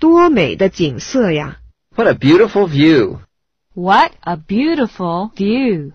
多美的景色呀！ What a beautiful view. What a beautiful view.